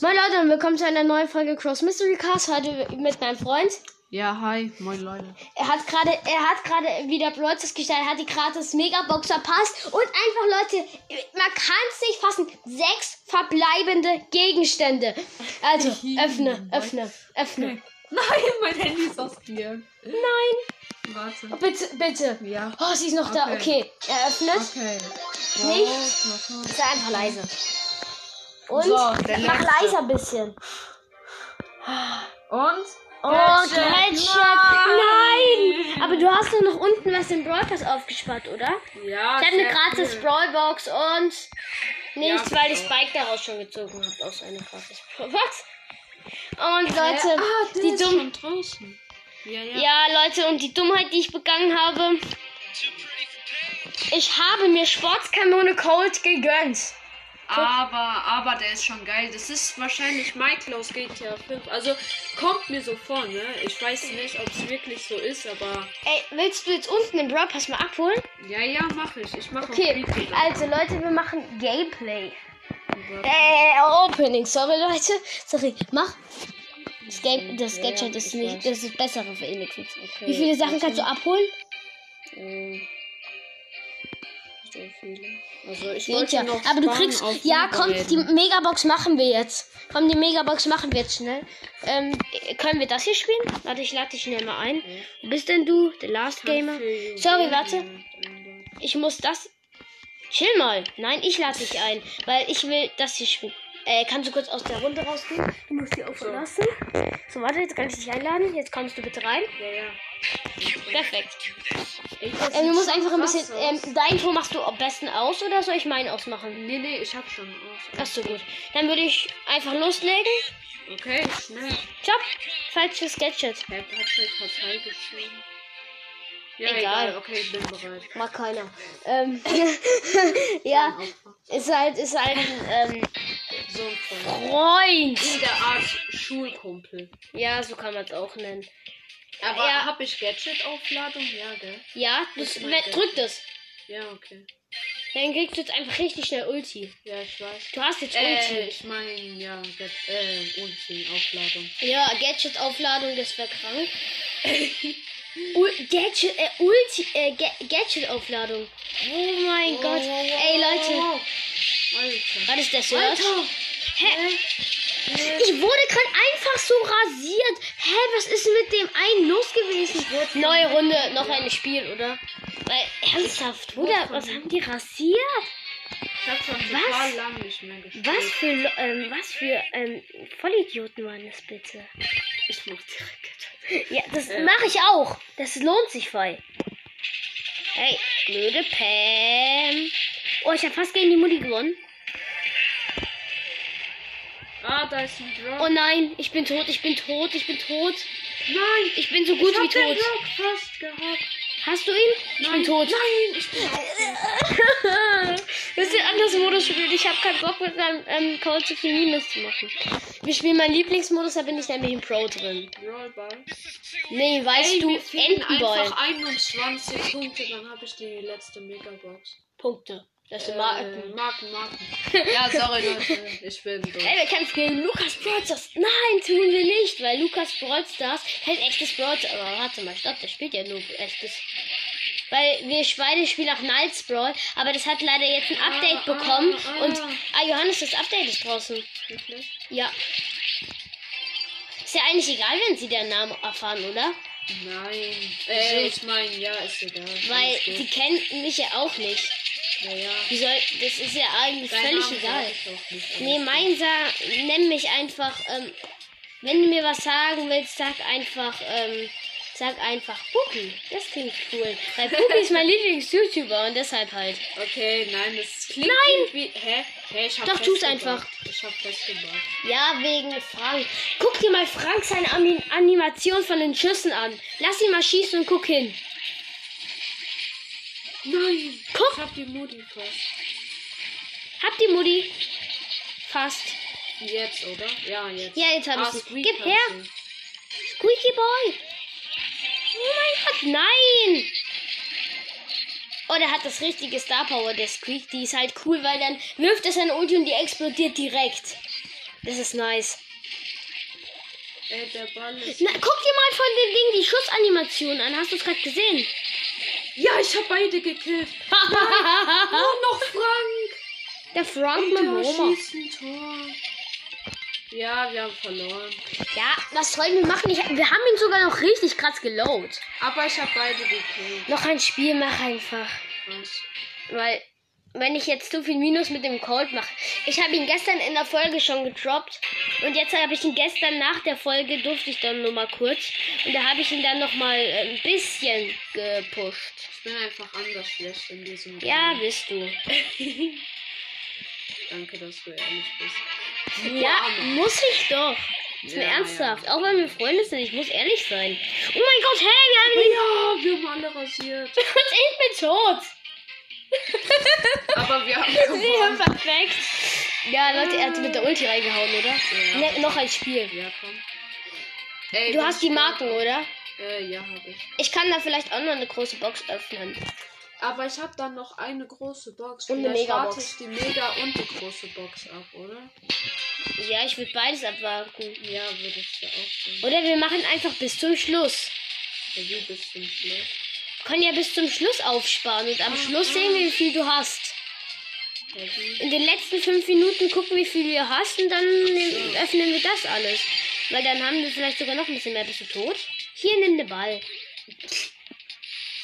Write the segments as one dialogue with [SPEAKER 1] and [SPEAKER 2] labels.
[SPEAKER 1] Moin Leute und willkommen zu einer neuen Folge Cross Mystery Cast. Heute mit meinem Freund.
[SPEAKER 2] Ja, hi, moin Leute.
[SPEAKER 1] Er hat gerade, er hat gerade wieder Brawlers gestellt, er hat die gratis Megabox verpasst. Und einfach Leute, man kann es nicht fassen. Sechs verbleibende Gegenstände. Also, öffne, öffne, öffne.
[SPEAKER 2] Nein, mein Handy ist ausgegangen.
[SPEAKER 1] Nein,
[SPEAKER 2] Warte.
[SPEAKER 1] bitte, bitte.
[SPEAKER 2] Ja.
[SPEAKER 1] Oh, sie ist noch da.
[SPEAKER 2] Okay.
[SPEAKER 1] Okay, er öffnet.
[SPEAKER 2] Okay.
[SPEAKER 1] Nicht?
[SPEAKER 2] Nicht?
[SPEAKER 1] Sei einfach leise. Und
[SPEAKER 2] So,
[SPEAKER 1] mach
[SPEAKER 2] der letzte.
[SPEAKER 1] leiser ein bisschen.
[SPEAKER 2] Und?
[SPEAKER 1] Oh,
[SPEAKER 2] Headshot.
[SPEAKER 1] Headshot. Nein!
[SPEAKER 2] Nein!
[SPEAKER 1] Aber du hast doch noch unten was im Broadcast aufgespart, oder?
[SPEAKER 2] Ja.
[SPEAKER 1] Ich habe eine
[SPEAKER 2] sehr
[SPEAKER 1] gratis
[SPEAKER 2] cool.
[SPEAKER 1] Brawlbox und nichts,
[SPEAKER 2] Hm. Ja,
[SPEAKER 1] weil ich
[SPEAKER 2] auch.
[SPEAKER 1] Spike daraus schon gezogen habe aus einer gratis Brawlbox. Und Leute,
[SPEAKER 2] Äh, ah, der
[SPEAKER 1] die
[SPEAKER 2] ist
[SPEAKER 1] dumm
[SPEAKER 2] schon draußen. Ja, ja.
[SPEAKER 1] ja, Leute, und die Dummheit, die ich begangen habe. Ich habe mir Sportskanone Cold gegönnt.
[SPEAKER 2] Aber, aber der ist schon geil. Das ist wahrscheinlich Michael aus GTA 5. Also kommt mir so vor, ne? Ich weiß nicht, ob es wirklich so ist, aber
[SPEAKER 1] Ey, willst du jetzt unten den Brawl Pass mal abholen?
[SPEAKER 2] ja, ja, mache ich. Ich mache
[SPEAKER 1] Okay,
[SPEAKER 2] auch Video.
[SPEAKER 1] also Leute, wir machen Gameplay. Äh, Opening, sorry Leute. Sorry, mach. Das, Game, das
[SPEAKER 2] Ja,
[SPEAKER 1] Gadget ist
[SPEAKER 2] ich
[SPEAKER 1] nicht,
[SPEAKER 2] weiß.
[SPEAKER 1] das ist bessere für Iniquid.
[SPEAKER 2] Okay,
[SPEAKER 1] Wie viele Sachen kannst du abholen?
[SPEAKER 2] Ähm, so viele. Also ich
[SPEAKER 1] Geht
[SPEAKER 2] wollte
[SPEAKER 1] ja.
[SPEAKER 2] noch
[SPEAKER 1] Aber du
[SPEAKER 2] sparen
[SPEAKER 1] kriegst.
[SPEAKER 2] auf
[SPEAKER 1] Ja, komm, die
[SPEAKER 2] Vorbereiten.
[SPEAKER 1] Megabox machen wir jetzt. Komm, die Megabox machen wir jetzt schnell. Ähm, können wir das hier spielen? Warte, ich lade dich schnell mal ein. Wo bist denn du? Der Last Gamer?
[SPEAKER 2] Kaffee,
[SPEAKER 1] Sorry,
[SPEAKER 2] Bier
[SPEAKER 1] warte.
[SPEAKER 2] und andere.
[SPEAKER 1] Ich muss das. Chill mal. Nein, ich lade dich ein, weil ich will das hier spielen. Äh, kannst du kurz aus der Runde rausgehen? Du musst die offen
[SPEAKER 2] So.
[SPEAKER 1] lassen. So, warte, jetzt kann ich dich einladen. Jetzt kommst du bitte rein.
[SPEAKER 2] Ja, ja.
[SPEAKER 1] Perfekt.
[SPEAKER 2] Ey, das
[SPEAKER 1] Ähm, du
[SPEAKER 2] sieht
[SPEAKER 1] musst einfach ein
[SPEAKER 2] krass
[SPEAKER 1] bisschen.
[SPEAKER 2] aus.
[SPEAKER 1] Ähm, dein Ton machst du am besten aus oder soll ich meinen ausmachen?
[SPEAKER 2] Nee, nee, ich hab schon. aus.
[SPEAKER 1] Ach so, gut. Dann würde ich einfach loslegen.
[SPEAKER 2] Okay, schnell.
[SPEAKER 1] Stopp. Falsches Gadget.
[SPEAKER 2] Hä, hat vielleicht Partei geschrieben. Ja,
[SPEAKER 1] Egal.
[SPEAKER 2] egal. Okay, ich bin bereit.
[SPEAKER 1] Mag keiner. Ähm, ja, ist halt, ist halt ein ähm,
[SPEAKER 2] So ein Freund.
[SPEAKER 1] Freund.
[SPEAKER 2] In der Art Schulkumpel.
[SPEAKER 1] Ja, so kann man es auch nennen.
[SPEAKER 2] Aber
[SPEAKER 1] Ja.
[SPEAKER 2] hab ich Gadget-Aufladung? Ja, gell?
[SPEAKER 1] Ja, das,
[SPEAKER 2] Ist mein
[SPEAKER 1] wer-
[SPEAKER 2] Gadget.
[SPEAKER 1] drück das.
[SPEAKER 2] Ja, okay.
[SPEAKER 1] Dann kriegst du jetzt einfach richtig schnell Ulti.
[SPEAKER 2] Ja, ich weiß.
[SPEAKER 1] Du hast jetzt
[SPEAKER 2] Äh,
[SPEAKER 1] Ulti.
[SPEAKER 2] ich meine, ja, Gadget, äh, Ulti, Aufladung.
[SPEAKER 1] Ja, Gadget-Aufladung, das wäre krank. Ul Gadget, äh, Ulti, äh, Ga Gadget-Aufladung. Oh mein Gott. Ey, Leute.
[SPEAKER 2] Alter.
[SPEAKER 1] War das der Search?
[SPEAKER 2] Alter. äh,
[SPEAKER 1] Hä?
[SPEAKER 2] Nee.
[SPEAKER 1] Ich wurde gerade einfach so rasiert. Hä, was ist mit dem einen los gewesen? Neue Runde, noch ein Spiel, oder? Weil, ernsthaft, Bruder, was haben die rasiert?
[SPEAKER 2] Ich hab schon
[SPEAKER 1] Was?
[SPEAKER 2] total lang nicht mehr gespielt.
[SPEAKER 1] Was für, Lo- ähm, was für ähm, Vollidioten waren das bitte?
[SPEAKER 2] Ich mach direkt Gadget.
[SPEAKER 1] Ja, das
[SPEAKER 2] Äh.
[SPEAKER 1] mache ich auch. Das lohnt sich voll. Hey, blöde Pam. Oh, ich habe fast gegen die Mutti gewonnen.
[SPEAKER 2] Ah, da ist ein Drop.
[SPEAKER 1] Oh nein, ich bin tot, ich bin tot, ich bin tot.
[SPEAKER 2] nein.
[SPEAKER 1] Ich bin so gut
[SPEAKER 2] ich
[SPEAKER 1] wie
[SPEAKER 2] hab den
[SPEAKER 1] tot.
[SPEAKER 2] Drop fast gehabt.
[SPEAKER 1] Hast du ihn? Ich
[SPEAKER 2] Nein.
[SPEAKER 1] bin tot.
[SPEAKER 2] Nein, ich bin auch tot.
[SPEAKER 1] Wir sind anders Modus spielen. Ich habe keinen Bock mit meinem ähm, Coach zu viel Minus zu machen. Wir spielen meinen Lieblingsmodus, da bin ich nämlich im Pro drin.
[SPEAKER 2] Rollball.
[SPEAKER 1] Nee, weißt
[SPEAKER 2] Ey,
[SPEAKER 1] du,
[SPEAKER 2] mir fehlen
[SPEAKER 1] Entenball.
[SPEAKER 2] einfach 21 Punkte, dann habe ich die letzte Megabox.
[SPEAKER 1] Punkte. Das sind
[SPEAKER 2] Äh,
[SPEAKER 1] Marken.
[SPEAKER 2] Marken, Marken. Ja, sorry Leute, ich bin
[SPEAKER 1] Ey,
[SPEAKER 2] durch.
[SPEAKER 1] wir kämpfen gegen Lukas Brawlstars. Nein, tun wir nicht, weil Lukas Brawlstars hält echtes Brawlstars. Aber warte mal, stopp, der spielt ja nur echtes. Weil wir beide spielen auch Nights Brawl, aber das hat leider jetzt ein Update
[SPEAKER 2] Ah, ah,
[SPEAKER 1] bekommen.
[SPEAKER 2] ah.
[SPEAKER 1] Und, ah, Johannes, das Update ist draußen.
[SPEAKER 2] Wirklich?
[SPEAKER 1] Ja. Ist ja eigentlich egal, wenn sie den Namen erfahren, oder?
[SPEAKER 2] Nein. Äh, ich meine, ja, ist egal.
[SPEAKER 1] Weil
[SPEAKER 2] Alles gut.
[SPEAKER 1] die kennen mich ja auch nicht.
[SPEAKER 2] Ja, ja.
[SPEAKER 1] Wie soll, das ist ja eigentlich
[SPEAKER 2] Dein
[SPEAKER 1] völlig
[SPEAKER 2] Name
[SPEAKER 1] egal.
[SPEAKER 2] sag ich doch nicht.
[SPEAKER 1] Nee, mein Sa nenn mich einfach, ähm, wenn du mir was sagen willst, sag einfach, ähm, sag einfach Pupi. Das klingt cool. Weil Pupi ist mein Lieblings-YouTuber und deshalb halt.
[SPEAKER 2] Okay, nein, das klingt
[SPEAKER 1] Nein!
[SPEAKER 2] irgendwie... Hä? Hä, ich hab
[SPEAKER 1] Doch, tu's
[SPEAKER 2] festgebracht.
[SPEAKER 1] einfach.
[SPEAKER 2] Ich hab festgebracht.
[SPEAKER 1] Ja, wegen Frank. Guck dir mal Frank seine Ami- Animation von den Schüssen an. Lass ihn mal schießen und guck hin.
[SPEAKER 2] Nein!
[SPEAKER 1] Guck.
[SPEAKER 2] Ich hab die Mutti fast.
[SPEAKER 1] Hab die Mutti. Fast.
[SPEAKER 2] Jetzt, oder? Ja, jetzt. Ah,
[SPEAKER 1] Ja, jetzt hab ich sie.
[SPEAKER 2] Squeak
[SPEAKER 1] Gib
[SPEAKER 2] hat
[SPEAKER 1] her.
[SPEAKER 2] sie.
[SPEAKER 1] Squeaky Boy. Oh mein Gott, nein. Oh, der hat das richtige Star Power, der Squeak. Die ist halt cool, weil dann wirft er seine Ulti und die explodiert direkt. Das ist nice.
[SPEAKER 2] Äh, der Ball ist.
[SPEAKER 1] Na, guck dir mal von dem Ding die Schussanimation an. Hast du es gerade gesehen?
[SPEAKER 2] Ja, ich habe beide gekillt. Nur noch Frank.
[SPEAKER 1] Der Frank mit
[SPEAKER 2] Alter,
[SPEAKER 1] Roma.
[SPEAKER 2] schießt ein Tor. Ja, wir haben verloren.
[SPEAKER 1] Ja, was sollen wir machen? Ich, wir haben ihn sogar noch richtig krass gelowt.
[SPEAKER 2] Aber ich habe beide gekillt.
[SPEAKER 1] Noch ein Spiel mach einfach.
[SPEAKER 2] Krass.
[SPEAKER 1] Weil, wenn ich jetzt zu viel Minus mit dem Cold mache. Ich habe ihn gestern in der Folge schon gedroppt. Und jetzt habe ich ihn gestern nach der Folge, durfte ich dann nur mal kurz. Und da habe ich ihn dann nochmal ein bisschen gepusht.
[SPEAKER 2] Ich bin einfach anders schlecht in diesem
[SPEAKER 1] Ja,
[SPEAKER 2] Game.
[SPEAKER 1] bist du.
[SPEAKER 2] Danke, dass du ehrlich bist. Du
[SPEAKER 1] Ja,
[SPEAKER 2] Armer.
[SPEAKER 1] muss ich doch. Ist mir
[SPEAKER 2] Ja,
[SPEAKER 1] ernsthaft.
[SPEAKER 2] ja.
[SPEAKER 1] Auch wenn wir Freunde sind, ich muss ehrlich sein. Oh mein Gott, hey, wir haben ihn.
[SPEAKER 2] Ja, wir haben alle rasiert.
[SPEAKER 1] Ich bin tot.
[SPEAKER 2] Aber wir haben
[SPEAKER 1] Sie haben
[SPEAKER 2] gewonnen.
[SPEAKER 1] perfekt. Ja, Leute, er hat mit der Ulti reingehauen, oder?
[SPEAKER 2] Ja.
[SPEAKER 1] Ne, noch ein Spiel.
[SPEAKER 2] Ja, komm. Ey,
[SPEAKER 1] Du
[SPEAKER 2] das
[SPEAKER 1] hast die
[SPEAKER 2] Spiel-
[SPEAKER 1] Marken, oder?
[SPEAKER 2] Äh, ja, habe ich.
[SPEAKER 1] Ich kann da vielleicht auch noch eine große Box öffnen.
[SPEAKER 2] Aber ich habe dann noch eine große Box.
[SPEAKER 1] Und eine
[SPEAKER 2] Vielleicht
[SPEAKER 1] Megabox.
[SPEAKER 2] warte ich die Mega und die große Box ab, oder?
[SPEAKER 1] Ja, ich würde beides abwarten.
[SPEAKER 2] Ja, würde ich ja auch sagen.
[SPEAKER 1] Oder wir machen einfach bis zum Schluss.
[SPEAKER 2] Ja, du bist zum Schluss.
[SPEAKER 1] Wir können ja bis zum Schluss aufsparen und am
[SPEAKER 2] Ah,
[SPEAKER 1] Schluss
[SPEAKER 2] ah.
[SPEAKER 1] sehen wir, wie viel du hast.
[SPEAKER 2] Ja, du.
[SPEAKER 1] In den letzten fünf Minuten gucken, wie viel du hast und dann nehm- öffnen wir das alles. Weil dann haben wir vielleicht sogar noch ein bisschen mehr. Bist du tot? Hier, nimm den Ball.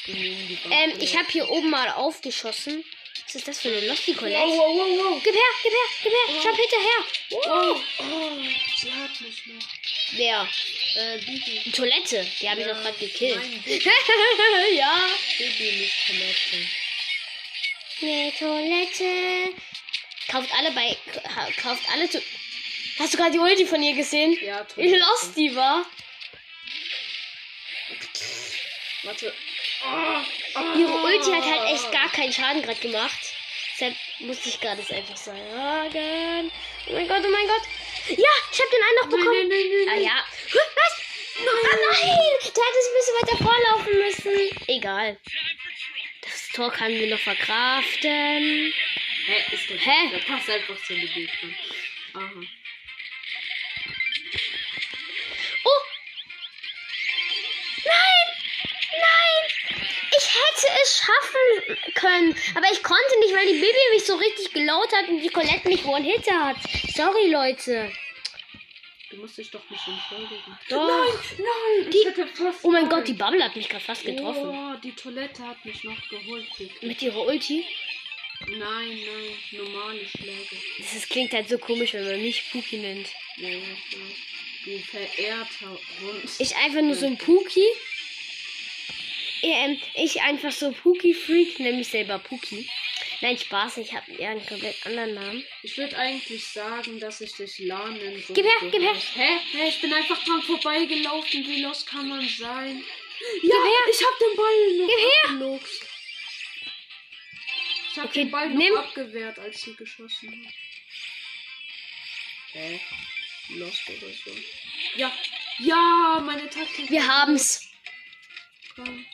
[SPEAKER 2] Wir nehmen die Box.
[SPEAKER 1] Ähm, ich habe hier oben mal aufgeschossen. Was ist das für eine Losty
[SPEAKER 2] Wow,
[SPEAKER 1] Colette?
[SPEAKER 2] wow, wow, wow.
[SPEAKER 1] Gib her, gib her, gib her. Jump hinterher.
[SPEAKER 2] Oh, oh, sie hat mich noch.
[SPEAKER 1] Wer?
[SPEAKER 2] Äh, Bibi.
[SPEAKER 1] Die Toilette. Die habe ich
[SPEAKER 2] Ja,
[SPEAKER 1] noch gerade gekillt.
[SPEAKER 2] Nein, Bibi,
[SPEAKER 1] ja.
[SPEAKER 2] Bibi nicht Toilette.
[SPEAKER 1] Eine Toilette. Kauft alle bei. ka- Kauft alle zu. Hast du gerade die Ulti von ihr gesehen?
[SPEAKER 2] Ja,
[SPEAKER 1] Wie
[SPEAKER 2] Toilette.
[SPEAKER 1] lost die war.
[SPEAKER 2] Warte. Oh, oh.
[SPEAKER 1] Ihre Ulti hat halt echt gar keinen Schaden gerade gemacht. Deshalb musste ich gerade es einfach sagen. Oh mein Gott, oh mein Gott. Ja, ich habe den einen noch
[SPEAKER 2] Nein,
[SPEAKER 1] bekommen.
[SPEAKER 2] nein, nein, nein.
[SPEAKER 1] Ah ja. Huh, Was? Nein. Ah nein! Der hätte es ein bisschen weiter vorlaufen müssen. Egal. Das Tor kann wir noch verkraften.
[SPEAKER 2] Hä? Ist der,
[SPEAKER 1] Hä?
[SPEAKER 2] der passt einfach zu den Gegnern. ne? Aha.
[SPEAKER 1] Oh! Nein! Nein! Ich hätte es schaffen können. Aber ich konnte nicht, weil die Bibi mich so richtig gelaut hat und die Colette mich One-Hitter hat. Sorry, Leute.
[SPEAKER 2] Du musst dich doch nicht entschuldigen.
[SPEAKER 1] Doch.
[SPEAKER 2] Nein, nein.
[SPEAKER 1] Die-
[SPEAKER 2] ich hätte fast
[SPEAKER 1] Oh mein Gott, die Bubble hat mich gerade fast getroffen.
[SPEAKER 2] Oh, die Toilette hat mich noch geholt. Dick.
[SPEAKER 1] Mit ihrer Ulti.
[SPEAKER 2] Nein, nein. Normale Schläge.
[SPEAKER 1] Das ist, klingt halt so komisch, wenn man mich Puki nennt.
[SPEAKER 2] Ja, ja, ja. Du verehrter Hund.
[SPEAKER 1] Ich einfach nur so ein Puki. Ähm, ich einfach so Puki-Freak, nenne mich selber Puki. Nein, Spaß, ich habe eher einen komplett anderen Namen.
[SPEAKER 2] Ich würde eigentlich sagen, dass ich dich lahnen würde.
[SPEAKER 1] Gib her, gib her.
[SPEAKER 2] Hä? Hä? Ich bin einfach dran vorbeigelaufen. Wie los kann man sein?
[SPEAKER 1] Gib her.
[SPEAKER 2] ich hab den Ball noch
[SPEAKER 1] Gib her.
[SPEAKER 2] abgeluchst. Ich hab
[SPEAKER 1] Okay,
[SPEAKER 2] den Ball
[SPEAKER 1] nimm.
[SPEAKER 2] noch abgewehrt, als sie geschossen hat. Hä? Lost oder so. Ja. Ja, meine Taktik.
[SPEAKER 1] Wir haben's.
[SPEAKER 2] Komm.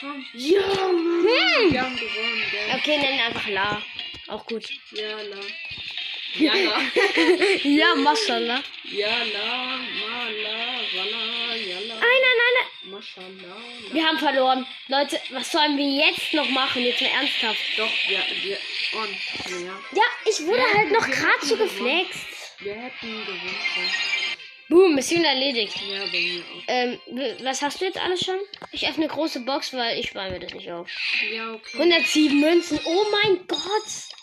[SPEAKER 2] Komm. Ja, Mann. Wir haben gewonnen, gell?
[SPEAKER 1] Okay, nenn einfach La. Auch gut.
[SPEAKER 2] Ja, la. Ja, la.
[SPEAKER 1] Ja, Maschallah.
[SPEAKER 2] Ja, la, ma, la, wala, ja, la.
[SPEAKER 1] Nein, nein, nein, nein.
[SPEAKER 2] Maschallah. la.
[SPEAKER 1] Wir haben verloren. Leute, was sollen wir jetzt noch machen? Jetzt mal ernsthaft.
[SPEAKER 2] Doch, ja, wir, und, ja.
[SPEAKER 1] Ja, ich wurde
[SPEAKER 2] Ja,
[SPEAKER 1] halt noch
[SPEAKER 2] wir
[SPEAKER 1] gerade
[SPEAKER 2] hätten
[SPEAKER 1] so
[SPEAKER 2] gewonnen.
[SPEAKER 1] geflext.
[SPEAKER 2] Wir hätten gewonnen.
[SPEAKER 1] Boom, Mission erledigt.
[SPEAKER 2] Ja, bei mir auch.
[SPEAKER 1] Ähm, w- was hast du jetzt alles schon? Ich öffne eine große Box, weil ich spare mir das nicht auf.
[SPEAKER 2] Ja, okay.
[SPEAKER 1] 107 Münzen. Oh mein Gott.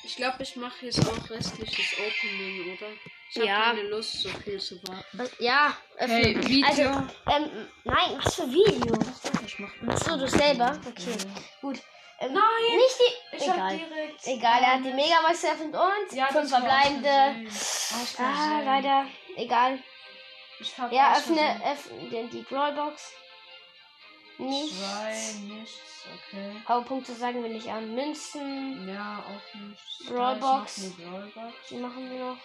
[SPEAKER 2] Ich glaube, ich mache jetzt auch restliches Opening, oder? Ich habe
[SPEAKER 1] Ja.
[SPEAKER 2] keine Lust, so viel zu warten.
[SPEAKER 1] Was- Ja, öffne.
[SPEAKER 2] Hey, Video.
[SPEAKER 1] Also, ähm, nein, was für Video?
[SPEAKER 2] Ich mach
[SPEAKER 1] Achso, du selber? Okay, gut. Ähm,
[SPEAKER 2] Nein.
[SPEAKER 1] Nicht die... Egal.
[SPEAKER 2] direkt. ähm,
[SPEAKER 1] Egal, er hat die Megabox eröffnet und
[SPEAKER 2] Ja,
[SPEAKER 1] fünf
[SPEAKER 2] das war
[SPEAKER 1] verbleibende.
[SPEAKER 2] aus Versehen. Aus
[SPEAKER 1] Ah,
[SPEAKER 2] Versehen.
[SPEAKER 1] leider. Egal.
[SPEAKER 2] Ich hab
[SPEAKER 1] Ja,
[SPEAKER 2] aus
[SPEAKER 1] öffne,
[SPEAKER 2] Versehen
[SPEAKER 1] öffne den- die Brawlbox. äh,
[SPEAKER 2] Zwei,
[SPEAKER 1] Nichts.
[SPEAKER 2] nichts, okay.
[SPEAKER 1] Hauptpunkte sagen wir nicht an. Münzen.
[SPEAKER 2] Ja, auch nichts.
[SPEAKER 1] Brawlbox.
[SPEAKER 2] Da ist noch eine Brawlbox.
[SPEAKER 1] Die machen wir noch.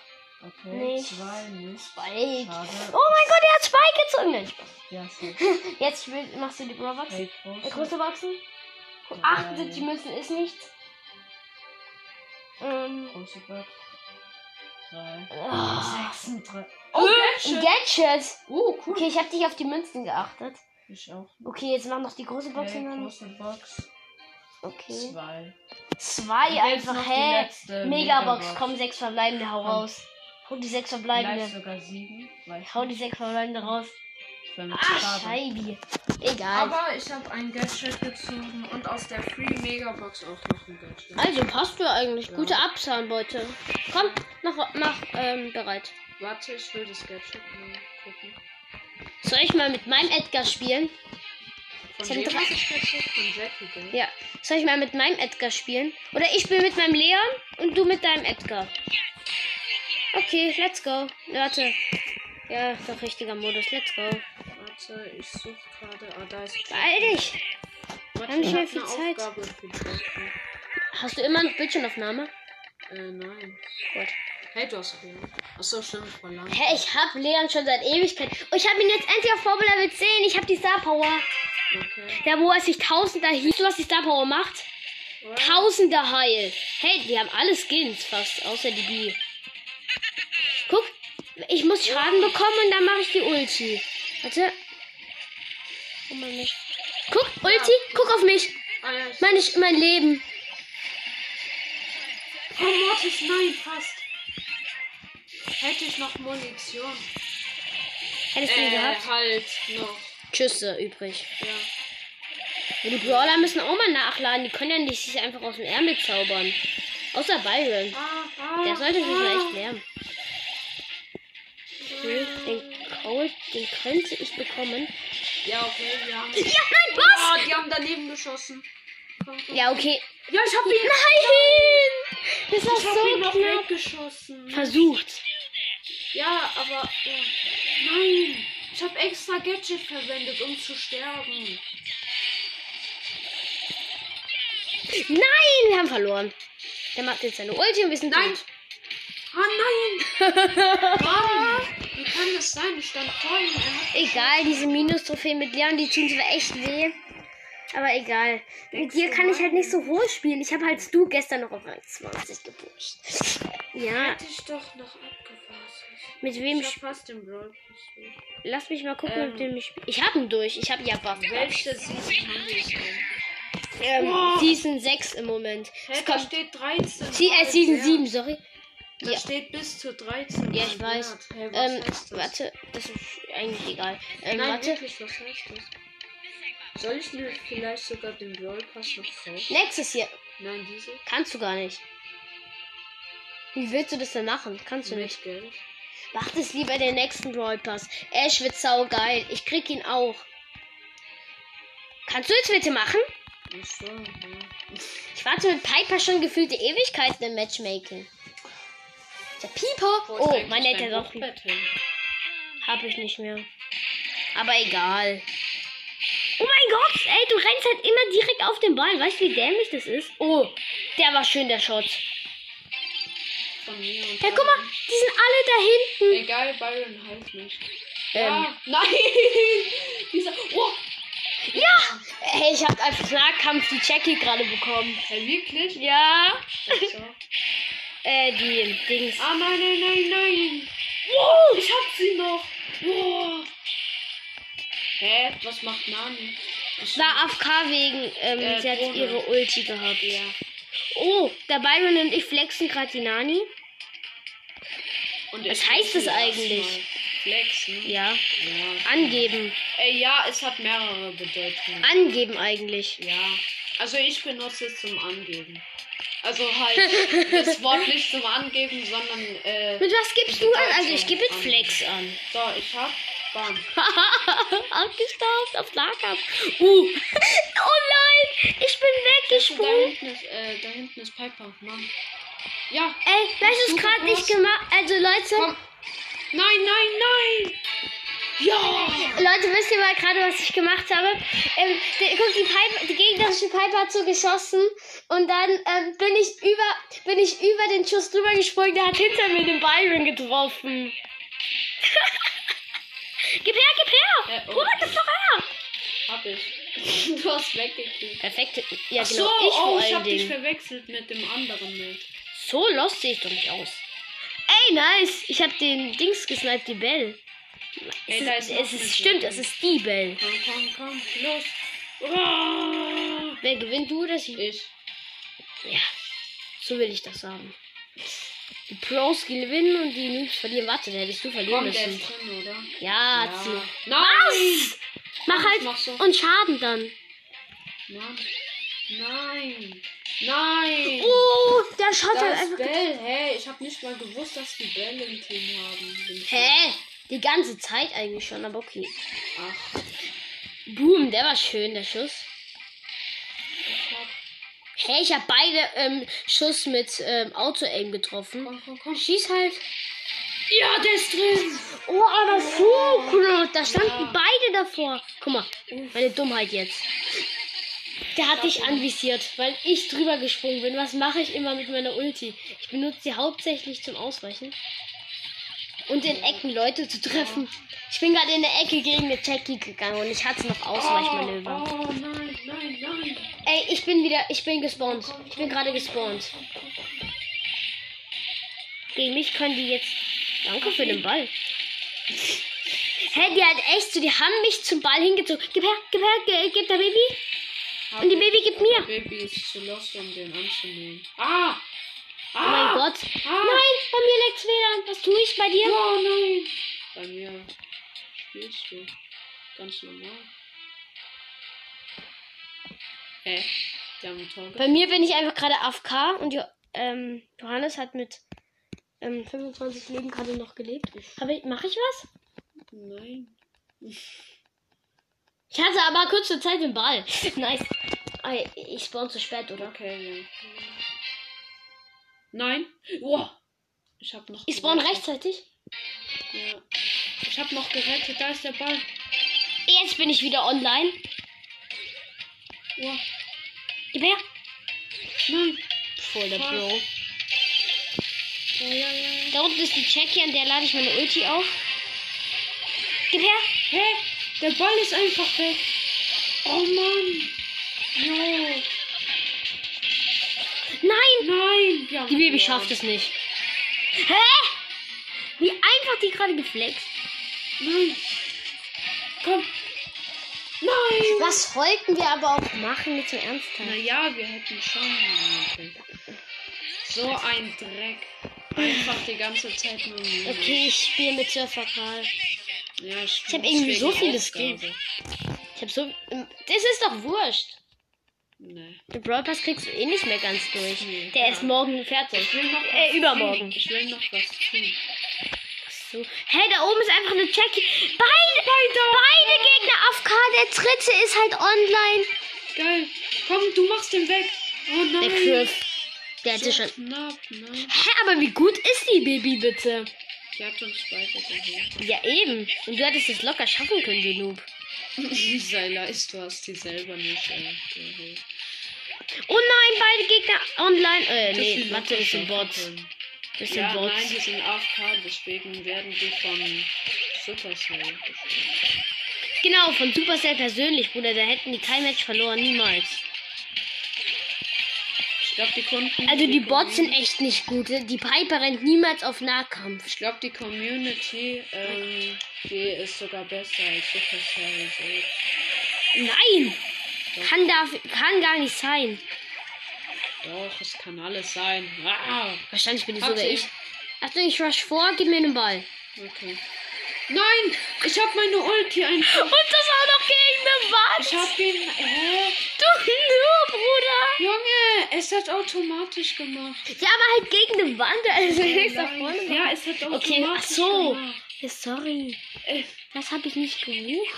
[SPEAKER 2] Okay,
[SPEAKER 1] Nichts.
[SPEAKER 2] zwei, nichts.
[SPEAKER 1] Spike.
[SPEAKER 2] Schade.
[SPEAKER 1] Oh mein Gott, er hat Spike gezogen. Nein, Spaß.
[SPEAKER 2] Ja, sehr
[SPEAKER 1] Jetzt spiel- machst du die Brawlbox.
[SPEAKER 2] Hey,
[SPEAKER 1] Äh,
[SPEAKER 2] große.
[SPEAKER 1] Große Boxen.
[SPEAKER 2] Drei.
[SPEAKER 1] 78 Münzen ist nichts. Ähm,
[SPEAKER 2] Große Box.
[SPEAKER 3] drei.
[SPEAKER 1] Oh,
[SPEAKER 3] 36.
[SPEAKER 2] Oh,
[SPEAKER 1] ein
[SPEAKER 2] Gadget.
[SPEAKER 1] Gadget.
[SPEAKER 2] Uh,
[SPEAKER 3] Oh, cool.
[SPEAKER 1] Okay, ich habe dich auf die Münzen geachtet.
[SPEAKER 3] Ich auch.
[SPEAKER 1] Okay, jetzt mach noch die große Box
[SPEAKER 3] Okay,
[SPEAKER 1] hinein.
[SPEAKER 3] große Box.
[SPEAKER 1] Okay.
[SPEAKER 3] Zwei.
[SPEAKER 1] Zwei
[SPEAKER 3] Und jetzt noch
[SPEAKER 1] einfach,
[SPEAKER 3] die
[SPEAKER 1] hä?
[SPEAKER 3] letzte
[SPEAKER 1] Megabox,
[SPEAKER 3] Megabox.
[SPEAKER 1] komm, sechs verbleibende, hau
[SPEAKER 3] Komm.
[SPEAKER 1] raus. Hau die
[SPEAKER 3] Vielleicht
[SPEAKER 1] sechs verbleibende.
[SPEAKER 3] sogar sieben. Weil
[SPEAKER 1] Hau die sechs verbleibende raus.
[SPEAKER 3] ich bin
[SPEAKER 1] Ach,
[SPEAKER 3] gerade.
[SPEAKER 1] Scheibe. Egal.
[SPEAKER 2] Aber ich habe ein Gadget gezogen und aus der Free Megabox auch noch ein Gadget.
[SPEAKER 1] Also passt du eigentlich. Gute Abzahnbeute. Komm, mach, mach ähm, bereit.
[SPEAKER 2] Warte, ich will das Gadget mal gucken.
[SPEAKER 1] Soll ich mal mit meinem Edgar spielen?
[SPEAKER 2] Von
[SPEAKER 1] Ich hab
[SPEAKER 2] wem
[SPEAKER 1] drei-
[SPEAKER 2] ist das Gadget? Von Jackie, gell?
[SPEAKER 1] Ja. Soll ich mal mit meinem Edgar spielen? Oder ich spiele mit meinem Leon und du mit deinem Edgar. Okay, let's go. Warte. Ja, ist doch richtiger Modus. Let's go.
[SPEAKER 2] Warte, ich suche gerade. Ah, da ist
[SPEAKER 1] Beeil dich.
[SPEAKER 2] Warte,
[SPEAKER 1] haben nicht
[SPEAKER 2] ich
[SPEAKER 1] mehr
[SPEAKER 2] hab
[SPEAKER 1] viel
[SPEAKER 2] eine
[SPEAKER 1] Zeit.
[SPEAKER 2] Aufgabe für Jackie.
[SPEAKER 1] Hast du immer noch Bildschirmaufnahme?
[SPEAKER 2] Äh, nein.
[SPEAKER 1] Gut.
[SPEAKER 2] Hey, du hast Leon. Achso, stimmt, voll lang.
[SPEAKER 1] Hä, ich hab Leon schon seit Ewigkeit. Und ich hab ihn jetzt endlich auf Power Level 10. Ich hab die Star Power.
[SPEAKER 2] Okay.
[SPEAKER 1] Da, wo er sich Tausender hieß. Du, was die Star Power macht? Tausender Heil. Hey, die haben alle Skins fast, außer die Bee. Guck, ich muss Schaden bekommen und dann mache ich die Ulti. Warte. Guck mal mich. Guck, Ulti, guck auf mich.
[SPEAKER 2] Ah, ja, ich.
[SPEAKER 1] Mein, ich, mein Leben.
[SPEAKER 2] Oh, Mortis, nein, fast. Hätte ich noch Munition.
[SPEAKER 1] Hättest du ihn
[SPEAKER 2] Äh,
[SPEAKER 1] gehabt?
[SPEAKER 2] halt, noch.
[SPEAKER 1] Tschüsse übrig.
[SPEAKER 2] Ja.
[SPEAKER 1] Die Brawler müssen auch mal nachladen. Die können ja nicht sich einfach aus dem Ärmel zaubern. Außer Byron.
[SPEAKER 2] Ah, ah,
[SPEAKER 1] Der sollte sich mal echt
[SPEAKER 2] ah.
[SPEAKER 1] lernen. Okay, den Cold, den könnte ich bekommen.
[SPEAKER 2] Ja, okay, wir haben.
[SPEAKER 1] Ja, mein
[SPEAKER 2] Ah, die haben daneben geschossen.
[SPEAKER 1] Ja, okay.
[SPEAKER 2] Ja, ich hab ihn.
[SPEAKER 1] Nein! Das war
[SPEAKER 2] Ich hab ihn
[SPEAKER 1] so
[SPEAKER 2] noch
[SPEAKER 1] knapp.
[SPEAKER 2] weggeschossen.
[SPEAKER 1] Versucht.
[SPEAKER 2] Ja, aber. Ja. Nein! Ich hab extra Gadget verwendet, um zu sterben.
[SPEAKER 1] Nein, wir haben verloren. Der macht jetzt seine Ulti und wir sind
[SPEAKER 2] Nein.
[SPEAKER 1] tot.
[SPEAKER 2] Ah, nein! Mann! Wie kann das sein? Ich stand vor ihm. Er hat
[SPEAKER 1] Egal, diese Minus-Trophäen mit Leon, die tun mir echt weh. Aber egal. Mit dir kann ich halt nicht so hoch spielen. Ich habe halt du gestern noch auf Rang 20 gepusht. Ja,
[SPEAKER 2] hätte ich doch noch abgewartet.
[SPEAKER 1] mit wem
[SPEAKER 2] Ich hab
[SPEAKER 1] sp-
[SPEAKER 2] fast den Brawl. gespielt.
[SPEAKER 1] Lass mich mal gucken,
[SPEAKER 2] Ähm.
[SPEAKER 1] mit wem ich spiele. Ich habe ihn durch. Ich habe ja Buff.
[SPEAKER 2] Welche Season haben wir denn?
[SPEAKER 1] Ähm,
[SPEAKER 2] Wow.
[SPEAKER 1] Season 6 im Moment.
[SPEAKER 2] Hey,
[SPEAKER 1] Es
[SPEAKER 2] da
[SPEAKER 1] kommt.
[SPEAKER 2] steht 13.
[SPEAKER 1] Sie, äh, Season
[SPEAKER 2] Ja.
[SPEAKER 1] 7, sorry.
[SPEAKER 2] Da
[SPEAKER 1] Ja.
[SPEAKER 2] steht bis zu 13.
[SPEAKER 1] Ja, ich
[SPEAKER 2] Monat.
[SPEAKER 1] weiß.
[SPEAKER 2] Hey, was
[SPEAKER 1] Ähm,
[SPEAKER 2] heißt das?
[SPEAKER 1] warte, das ist eigentlich egal. Ähm,
[SPEAKER 2] Nein,
[SPEAKER 1] warte.
[SPEAKER 2] wirklich, was heißt das? Soll ich mir vielleicht sogar den Brawl Pass noch kaufen?
[SPEAKER 1] Nächstes Jahr.
[SPEAKER 2] Nein, diese?
[SPEAKER 1] Kannst du gar nicht. Wie willst du das denn machen? Kannst du nicht.
[SPEAKER 2] Mit Geld?
[SPEAKER 1] Mach das lieber den nächsten Brawl Pass. Ash wird saugeil. Ich krieg ihn auch. Kannst du jetzt bitte machen?
[SPEAKER 2] Ach so, ja.
[SPEAKER 1] Ich warte mit Piper schon gefühlte Ewigkeiten im Matchmaking. Der Pieper.
[SPEAKER 2] Wo ist
[SPEAKER 1] Oh,
[SPEAKER 2] eigentlich
[SPEAKER 1] mein Dad
[SPEAKER 2] dein
[SPEAKER 1] hat auch
[SPEAKER 2] Hochbett hin?
[SPEAKER 1] Hab ich nicht mehr. Aber egal. Oh mein Gott, ey, du rennst halt immer direkt auf den Ball. Weißt du, wie dämlich das ist? Oh, der war schön, der Shot.
[SPEAKER 2] Von mir und
[SPEAKER 1] Ja, guck mal,
[SPEAKER 2] Byron.
[SPEAKER 1] die sind alle da hinten.
[SPEAKER 2] Egal, Byron halt nicht.
[SPEAKER 1] Ähm.
[SPEAKER 2] Ah, nein! Dieser. Oh!
[SPEAKER 1] Ja! Hey, ich hab als Nahkampf die Jackie gerade bekommen.
[SPEAKER 2] Hey, wirklich?
[SPEAKER 1] Ja.
[SPEAKER 2] Ach so.
[SPEAKER 1] Äh, die Dings.
[SPEAKER 2] Ah, nein, nein, nein, nein! Ich hab sie noch! Oh. Hä? Was macht Nani? Ich
[SPEAKER 1] War AFK wegen, ähm,
[SPEAKER 2] Äh,
[SPEAKER 1] sie hat
[SPEAKER 2] Drohne.
[SPEAKER 1] ihre Ulti gehabt.
[SPEAKER 2] Ja.
[SPEAKER 1] Oh, der Byron und ich flexen gerade die Nani.
[SPEAKER 2] Und
[SPEAKER 1] Was
[SPEAKER 2] ich
[SPEAKER 1] heißt
[SPEAKER 2] muss
[SPEAKER 1] das
[SPEAKER 2] sie
[SPEAKER 1] eigentlich?
[SPEAKER 2] erstmal Flexen.
[SPEAKER 1] Ja.
[SPEAKER 2] Ja.
[SPEAKER 1] Angeben.
[SPEAKER 2] Äh, ja, es hat mehrere Bedeutungen.
[SPEAKER 1] Angeben eigentlich.
[SPEAKER 2] ja. Also ich benutze es zum Angeben. Also halt das Wort nicht zum Angeben, sondern äh,
[SPEAKER 1] Mit was gibst du an? Also ich gebe mit Flex an.
[SPEAKER 2] so, ich hab bam.
[SPEAKER 1] Abgestaubt auf Nahkampf. Uh. oh nein, ich bin
[SPEAKER 2] Da
[SPEAKER 1] weggesprungen.
[SPEAKER 2] hinten ist, äh, da hinten ist Piper, Mann. Ja.
[SPEAKER 1] Ey, das ist gerade nicht gemacht. Also Leute,
[SPEAKER 2] Komm. Nein, nein, nein! Ja!
[SPEAKER 1] Leute, wisst ihr mal gerade, was ich gemacht habe? Ähm, der, guck, die, Pipe, die gegnerische Pipe hat so geschossen und dann ähm, bin ich über bin ich über den Schuss drüber gesprungen, der hat hinter mir den Byron getroffen. gib her, gib her!
[SPEAKER 2] Äh, oh.
[SPEAKER 1] Bruder, gib doch her!
[SPEAKER 2] Hab ich. Du hast weggekriegt.
[SPEAKER 1] Perfekt. Ja,
[SPEAKER 2] Ach
[SPEAKER 1] genau.
[SPEAKER 2] so,
[SPEAKER 1] ich vor
[SPEAKER 2] oh, ich
[SPEAKER 1] allen
[SPEAKER 2] hab dich
[SPEAKER 1] Dingen.
[SPEAKER 2] verwechselt mit dem anderen Bild.
[SPEAKER 1] So lost sehe ich doch nicht aus. Hey, nice. Ich hab den Dings gesniped, die Bell.
[SPEAKER 2] Ey,
[SPEAKER 1] Es
[SPEAKER 2] da ist
[SPEAKER 1] ist,
[SPEAKER 2] noch
[SPEAKER 1] es
[SPEAKER 2] eine
[SPEAKER 1] ist, stimmt, es ist die Bell.
[SPEAKER 2] Komm, komm, komm, los. Oh.
[SPEAKER 1] Wer gewinnt du oder sie?
[SPEAKER 3] Ich.
[SPEAKER 1] Ja, so will ich das haben. Die Pros gewinnen und die Noobs verlieren. Warte, da hättest du verlieren
[SPEAKER 2] Komm, der
[SPEAKER 1] müssen.
[SPEAKER 2] ist drin, oder?
[SPEAKER 1] Ja,
[SPEAKER 2] Ja.
[SPEAKER 1] zieh.
[SPEAKER 2] Nein!
[SPEAKER 1] Mach halt
[SPEAKER 2] mach so.
[SPEAKER 1] und Schaden dann.
[SPEAKER 2] Mann. Nein! Nein!
[SPEAKER 1] Oh, der Shot hat
[SPEAKER 2] das
[SPEAKER 1] einfach.
[SPEAKER 2] Bell, hey, ich hab nicht mal gewusst, dass die Bell im Team haben.
[SPEAKER 1] Hä? Die ganze Zeit eigentlich schon, aber okay.
[SPEAKER 2] Ach,
[SPEAKER 1] Boom, der war schön, der Schuss.
[SPEAKER 2] ich hab.
[SPEAKER 1] Hä, ich hab beide ähm, Schuss mit ähm, Auto-Aim getroffen.
[SPEAKER 2] Komm, komm, komm.
[SPEAKER 1] Schieß halt.
[SPEAKER 2] Ja, der ist drin!
[SPEAKER 1] Oh, aber Fuku, da standen
[SPEAKER 2] Ja.
[SPEAKER 1] beide davor. Guck mal, meine Dummheit jetzt. Der hat dich anvisiert, weil ich drüber gesprungen bin. Was mache ich immer mit meiner Ulti? Ich benutze sie hauptsächlich zum Ausweichen und in Ecken Leute zu treffen. Ich bin gerade in der Ecke gegen eine Jackie gegangen und ich hatte noch Ausweichmanöver.
[SPEAKER 2] Oh, oh, nein, nein, nein.
[SPEAKER 1] Ey, ich bin wieder, ich bin gespawnt. Ich bin gerade gespawnt. Gegen mich können die jetzt. Danke für den Ball. Hä, die hat echt so, die haben mich zum Ball hingezogen. Gib her, gib her, ge- gib der Baby. Und die Baby gibt mir. Oh
[SPEAKER 2] Baby ist zu lost, um den anzunehmen. Ah! Ah!
[SPEAKER 1] Oh mein Gott.
[SPEAKER 2] Ah!
[SPEAKER 1] Nein, bei mir legt's WLAN. Was tue ich bei dir?
[SPEAKER 2] Oh nein! Bei mir spielst du ganz normal. Hä? Die haben ein Tor
[SPEAKER 1] Bei mir bin ich einfach gerade AFK und jo ähm, Johannes hat mit ähm, 25 Leben gerade noch gelebt. Habe ich, mache ich was?
[SPEAKER 2] gemacht. Nein.
[SPEAKER 1] Ich hatte aber kurze Zeit den Ball. Nice. Ey, Ich spawn zu spät, oder?
[SPEAKER 2] Okay, ja. Nein? Wow. Ich hab noch.
[SPEAKER 1] Ich spawn
[SPEAKER 2] gerettet.
[SPEAKER 1] rechtzeitig.
[SPEAKER 2] Ja. Ich hab noch gerettet, da ist der Ball.
[SPEAKER 1] Jetzt bin ich wieder online.
[SPEAKER 2] Wow.
[SPEAKER 1] Gib her.
[SPEAKER 2] Nein.
[SPEAKER 1] Voll der Pro.
[SPEAKER 2] Oh ja, ja, ja.
[SPEAKER 1] Da unten ist die Jackie, an der lade ich meine Ulti auf. Gib her.
[SPEAKER 2] Hä? Der Ball ist einfach weg. Oh Mann. No.
[SPEAKER 1] Nein.
[SPEAKER 2] Nein. Wir haben
[SPEAKER 1] Die Baby
[SPEAKER 2] verloren.
[SPEAKER 1] schafft es nicht. Hä? Wie einfach die gerade geflext.
[SPEAKER 2] Nein. Komm. Nein.
[SPEAKER 1] Was wollten wir aber auch machen mit so Ernsthaft?
[SPEAKER 2] Naja, wir hätten schon. So ein Dreck. Einfach die ganze Zeit nur. Minus.
[SPEAKER 1] Okay, ich spiele mit Surfer Karl.
[SPEAKER 2] Ja,
[SPEAKER 1] Ich hab irgendwie so viele Skills. Ich hab so. Das ist doch wurscht.
[SPEAKER 2] Nee.
[SPEAKER 1] Den Brawl Pass kriegst du eh nicht mehr ganz durch.
[SPEAKER 2] Nee,
[SPEAKER 1] Der
[SPEAKER 2] klar.
[SPEAKER 1] ist morgen fertig.
[SPEAKER 2] Ich will noch was
[SPEAKER 1] Äh, übermorgen.
[SPEAKER 2] Tun. Ich will noch was tun.
[SPEAKER 1] So. Hey, da oben ist einfach eine Jackie. Beide, beide, Gegner AFK. Der dritte ist halt online.
[SPEAKER 2] Geil. Komm, du machst den weg. Oh nein.
[SPEAKER 1] Der Griff. Der
[SPEAKER 2] So
[SPEAKER 1] hätte schon.
[SPEAKER 2] knapp, ne?
[SPEAKER 1] Hä, aber wie gut ist die Baby bitte?
[SPEAKER 2] Die hat uns beide geholt.
[SPEAKER 1] Ja, eben. Und du hättest es locker schaffen können, du Noob.
[SPEAKER 2] Sei leist, du hast die selber nicht äh, geholt.
[SPEAKER 1] Oh nein, beide Gegner online. Äh,
[SPEAKER 2] Hättest
[SPEAKER 1] nee,
[SPEAKER 2] du
[SPEAKER 1] Mathe
[SPEAKER 2] locker
[SPEAKER 1] ist ein Bot.
[SPEAKER 2] schaffen können.
[SPEAKER 1] Das sind
[SPEAKER 2] Ja,
[SPEAKER 1] Bots.
[SPEAKER 2] nein, die sind AFK, deswegen werden die von Supercell gespielt.
[SPEAKER 1] Genau, von Supercell persönlich, Bruder. Da hätten die kein Match verloren, niemals.
[SPEAKER 2] Ich glaube, die konnten.
[SPEAKER 1] Also die
[SPEAKER 2] Community-
[SPEAKER 1] Bots sind echt nicht gut. ne? Die Piper rennt niemals auf Nahkampf.
[SPEAKER 2] Ich glaube, die Community, ähm, die ist sogar besser als Supercell. So.
[SPEAKER 1] Nein! Kann, darf, kann gar nicht sein.
[SPEAKER 2] Doch, es kann alles sein. Ah!
[SPEAKER 1] Wahrscheinlich bin ich
[SPEAKER 2] Hab
[SPEAKER 1] sogar
[SPEAKER 2] sie.
[SPEAKER 1] ich. Achtung, ich rush vor, gib mir den Ball.
[SPEAKER 2] Okay. Nein! Ich hab meine Ulti
[SPEAKER 1] Und
[SPEAKER 2] einfach.
[SPEAKER 1] das auch noch gegen eine Wand.
[SPEAKER 2] Ich hab ihn. Hä?
[SPEAKER 1] Du nur, Bruder.
[SPEAKER 2] Junge, es hat automatisch gemacht.
[SPEAKER 1] Ja, aber halt gegen eine Wand. Also nichts nach vorne.
[SPEAKER 2] Nein. Ja, es hat automatisch
[SPEAKER 1] Okay, ach so.
[SPEAKER 2] gemacht.
[SPEAKER 1] Ja, sorry.
[SPEAKER 2] Äh,
[SPEAKER 1] Das habe ich nicht gewusst.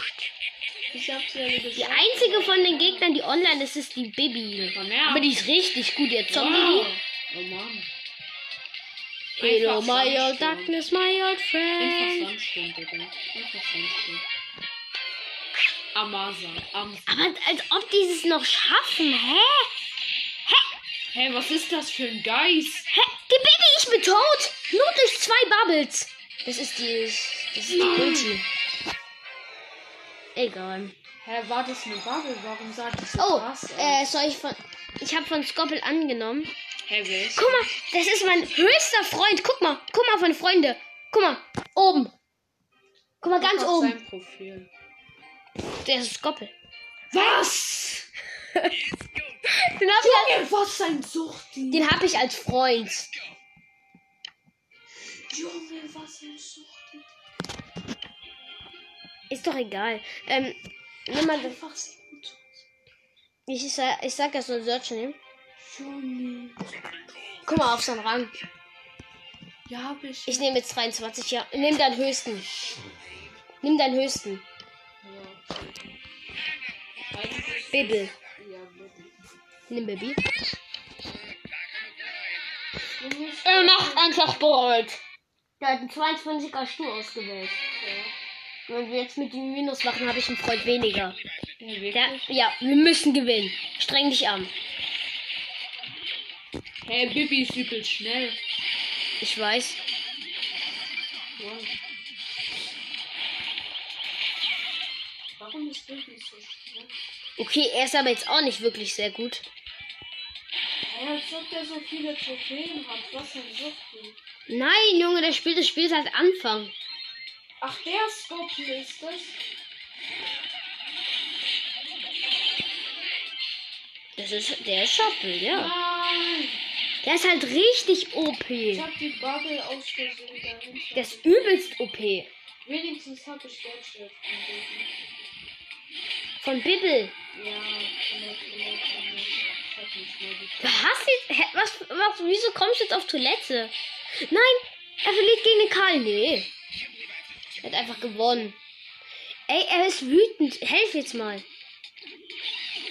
[SPEAKER 2] Ich hab's ja gesagt.
[SPEAKER 1] Die einzige von den Gegnern, die online ist, ist die Bibi.
[SPEAKER 2] Von der-
[SPEAKER 1] Aber die ist richtig gut, ihr Zombie.
[SPEAKER 2] Wow. Oh Mann.
[SPEAKER 1] Hello,
[SPEAKER 2] Einfach
[SPEAKER 1] my old
[SPEAKER 2] sonst so.
[SPEAKER 1] darkness, my old friend.
[SPEAKER 2] Einfach sonst hin, Digga. Einfach sonst hin. Amasa. Am
[SPEAKER 1] Aber als ob die es noch schaffen, hä?
[SPEAKER 2] hey, was ist das für ein Geist?
[SPEAKER 1] Hä? Die Baby, ich bin tot! Nur durch zwei Bubbles! Das ist die. Das ist die Ulti. Egal.
[SPEAKER 2] Hä, war das eine Bubble? Warum sagt es
[SPEAKER 1] äh, Oh, äh, soll ich von. Ich habe von Skoppel angenommen.
[SPEAKER 2] Hä, wer ist?
[SPEAKER 1] Guck mal, das ist mein höchster Freund. Guck mal, guck mal von Freunde. Guck mal, oben. Guck mal ganz
[SPEAKER 2] Auf
[SPEAKER 1] oben.
[SPEAKER 2] Sein Profil.
[SPEAKER 1] Der ist Skoppel.
[SPEAKER 2] Was?
[SPEAKER 1] Den hab, ich als,
[SPEAKER 2] was ein Suchti?
[SPEAKER 1] den hab ich als Freund.
[SPEAKER 2] Junge, was ein Suchti?
[SPEAKER 1] Ist doch egal. Ähm, nimm mal das.
[SPEAKER 2] Einfach sehr gut.
[SPEAKER 1] Ich, sa- ich sag, er soll Search nehmen.
[SPEAKER 2] Junge.
[SPEAKER 1] Guck mal auf seinen Rang.
[SPEAKER 2] Ja, hab ich.
[SPEAKER 1] Ich nehme jetzt 23, ja. Nimm deinen höchsten. Nimm deinen höchsten. Bibel. Nimm Baby. Er macht einfach bereit. Der hat einen 22er Stuhl ausgewählt. Wenn wir jetzt mit dem Minus machen, habe ich einen Freund weniger. Ja, ja, wir müssen gewinnen. Streng dich an.
[SPEAKER 2] Hey, Bibi ist übel schnell.
[SPEAKER 1] Ich weiß.
[SPEAKER 2] Warum ist Bibi so schnell?
[SPEAKER 1] Okay, er ist aber jetzt auch nicht wirklich sehr gut.
[SPEAKER 2] Ja, als ob der so viele Trophäen hat. Was ein Suchti?
[SPEAKER 1] Nein, Junge, der spielt das Spiel seit Anfang.
[SPEAKER 2] Ach, der Scope ist das?
[SPEAKER 1] Das ist der ist Schoppel, ja.
[SPEAKER 2] Nein!
[SPEAKER 1] Der ist halt richtig OP.
[SPEAKER 2] Ich hab die Bubble ausgesucht. dahinter.
[SPEAKER 1] Der ist übelst OP.
[SPEAKER 2] Wenigstens hab ich Geldschrift.
[SPEAKER 1] Von Bibel.
[SPEAKER 2] Ja, genau, genau, genau. Ich hab nicht mehr die
[SPEAKER 1] Was? Jetzt, hä, was, was? Wieso kommst du jetzt auf Toilette? Nein, er verliert gegen den Karl. Nee. Er hat einfach gewonnen. Ey, er ist wütend. Helf jetzt mal.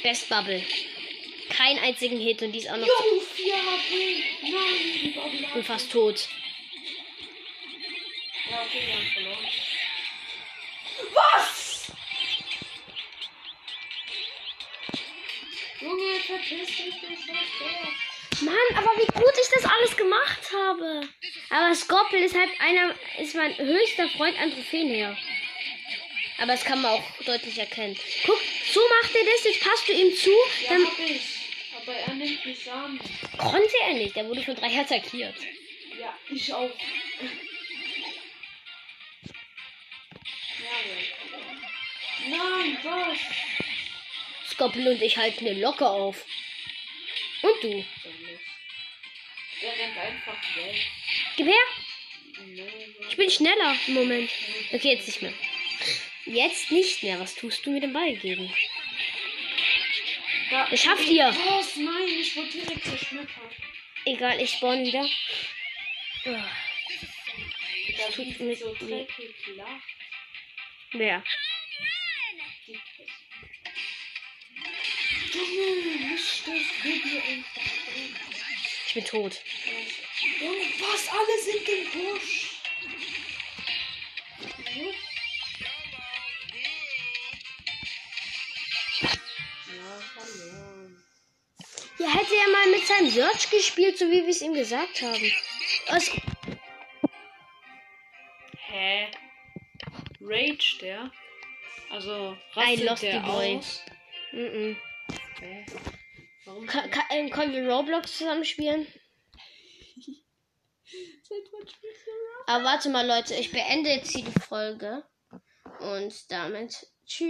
[SPEAKER 1] Best Bubble. Keinen einzigen Hit und die ist auch noch
[SPEAKER 2] Jo, 4 HP! Nein, die Bubble
[SPEAKER 1] und
[SPEAKER 2] hat-
[SPEAKER 1] fast tot.
[SPEAKER 2] Ja, okay, wir haben verloren. Was? Junge, verpiss dich nicht, was der?
[SPEAKER 1] Mann, aber wie gut ich das alles gemacht habe. Aber Skorpel ist halt einer, ist mein höchster Freund an Trophäen her. Aber das kann man auch deutlich erkennen. Guck, so macht er das, jetzt passt du ihm zu,
[SPEAKER 2] Ja,
[SPEAKER 1] dann
[SPEAKER 2] hab ich. Aber er nimmt mich an.
[SPEAKER 1] Konnte er nicht, er wurde von drei attackiert.
[SPEAKER 2] Ja, ich auch. Ja, ja. Nein, was?
[SPEAKER 1] Skoppel und ich halten den locker auf. Und du?
[SPEAKER 2] Der rennt einfach weg.
[SPEAKER 1] Gib her,
[SPEAKER 2] Nein,
[SPEAKER 1] ich bin schneller im Moment. Okay, jetzt nicht mehr. Jetzt nicht mehr. Was tust du mir den Ball geben?
[SPEAKER 2] Da-
[SPEAKER 1] Ich schaff dir.
[SPEAKER 2] Was? Oh, Nein, ich wurde direkt zerschmettert.
[SPEAKER 1] Egal, ich spawn wieder. Ah,
[SPEAKER 2] Da
[SPEAKER 1] tut
[SPEAKER 2] lief
[SPEAKER 1] mir
[SPEAKER 2] so
[SPEAKER 1] weh.
[SPEAKER 2] dreckig lach.
[SPEAKER 1] Wer?
[SPEAKER 2] Die Pest. Junge, nicht das Video einfach drin.
[SPEAKER 1] Ich bin tot.
[SPEAKER 2] Junge, was? Alle sind im Busch. Ja, hallo.
[SPEAKER 1] Ja, hätte er mal mit seinem Search gespielt, so wie wir es ihm gesagt haben. Was?
[SPEAKER 2] Hä? Rage der? Also,
[SPEAKER 1] Ein
[SPEAKER 2] rastet
[SPEAKER 1] Lofty
[SPEAKER 2] der
[SPEAKER 1] Boy.
[SPEAKER 2] aus?
[SPEAKER 1] Mm -mm.
[SPEAKER 2] Hä? Warum?
[SPEAKER 1] Ka- ka- ähm, Können wir Roblox zusammen spielen? Aber warte mal, Leute, ich beende jetzt die Folge. Und damit tschüss.